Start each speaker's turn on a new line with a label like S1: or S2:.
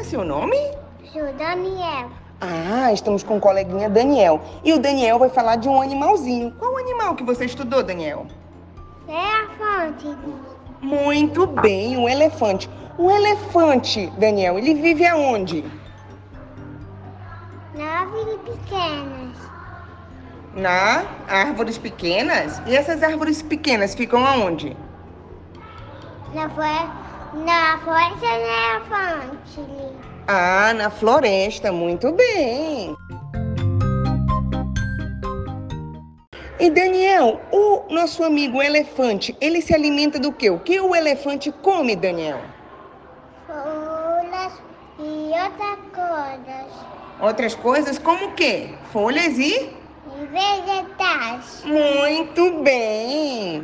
S1: é seu nome?
S2: Sou Daniel.
S1: Ah, estamos com o coleguinha Daniel. E o Daniel vai falar de um animalzinho. Qual animal que você estudou, Daniel?
S2: É Elefante.
S1: Muito bem, um elefante. O elefante, Daniel, ele vive aonde?
S2: Nove pequenas.
S1: Na árvores pequenas? E essas árvores pequenas ficam aonde?
S2: Na, fo- na floresta do elefante.
S1: Ah, na floresta, muito bem. E Daniel, o nosso amigo elefante, ele se alimenta do quê? O que o elefante come, Daniel?
S2: Folhas e outras coisas.
S1: Outras coisas como o quê? Folhas e
S2: E vegetais.
S1: Muito bem!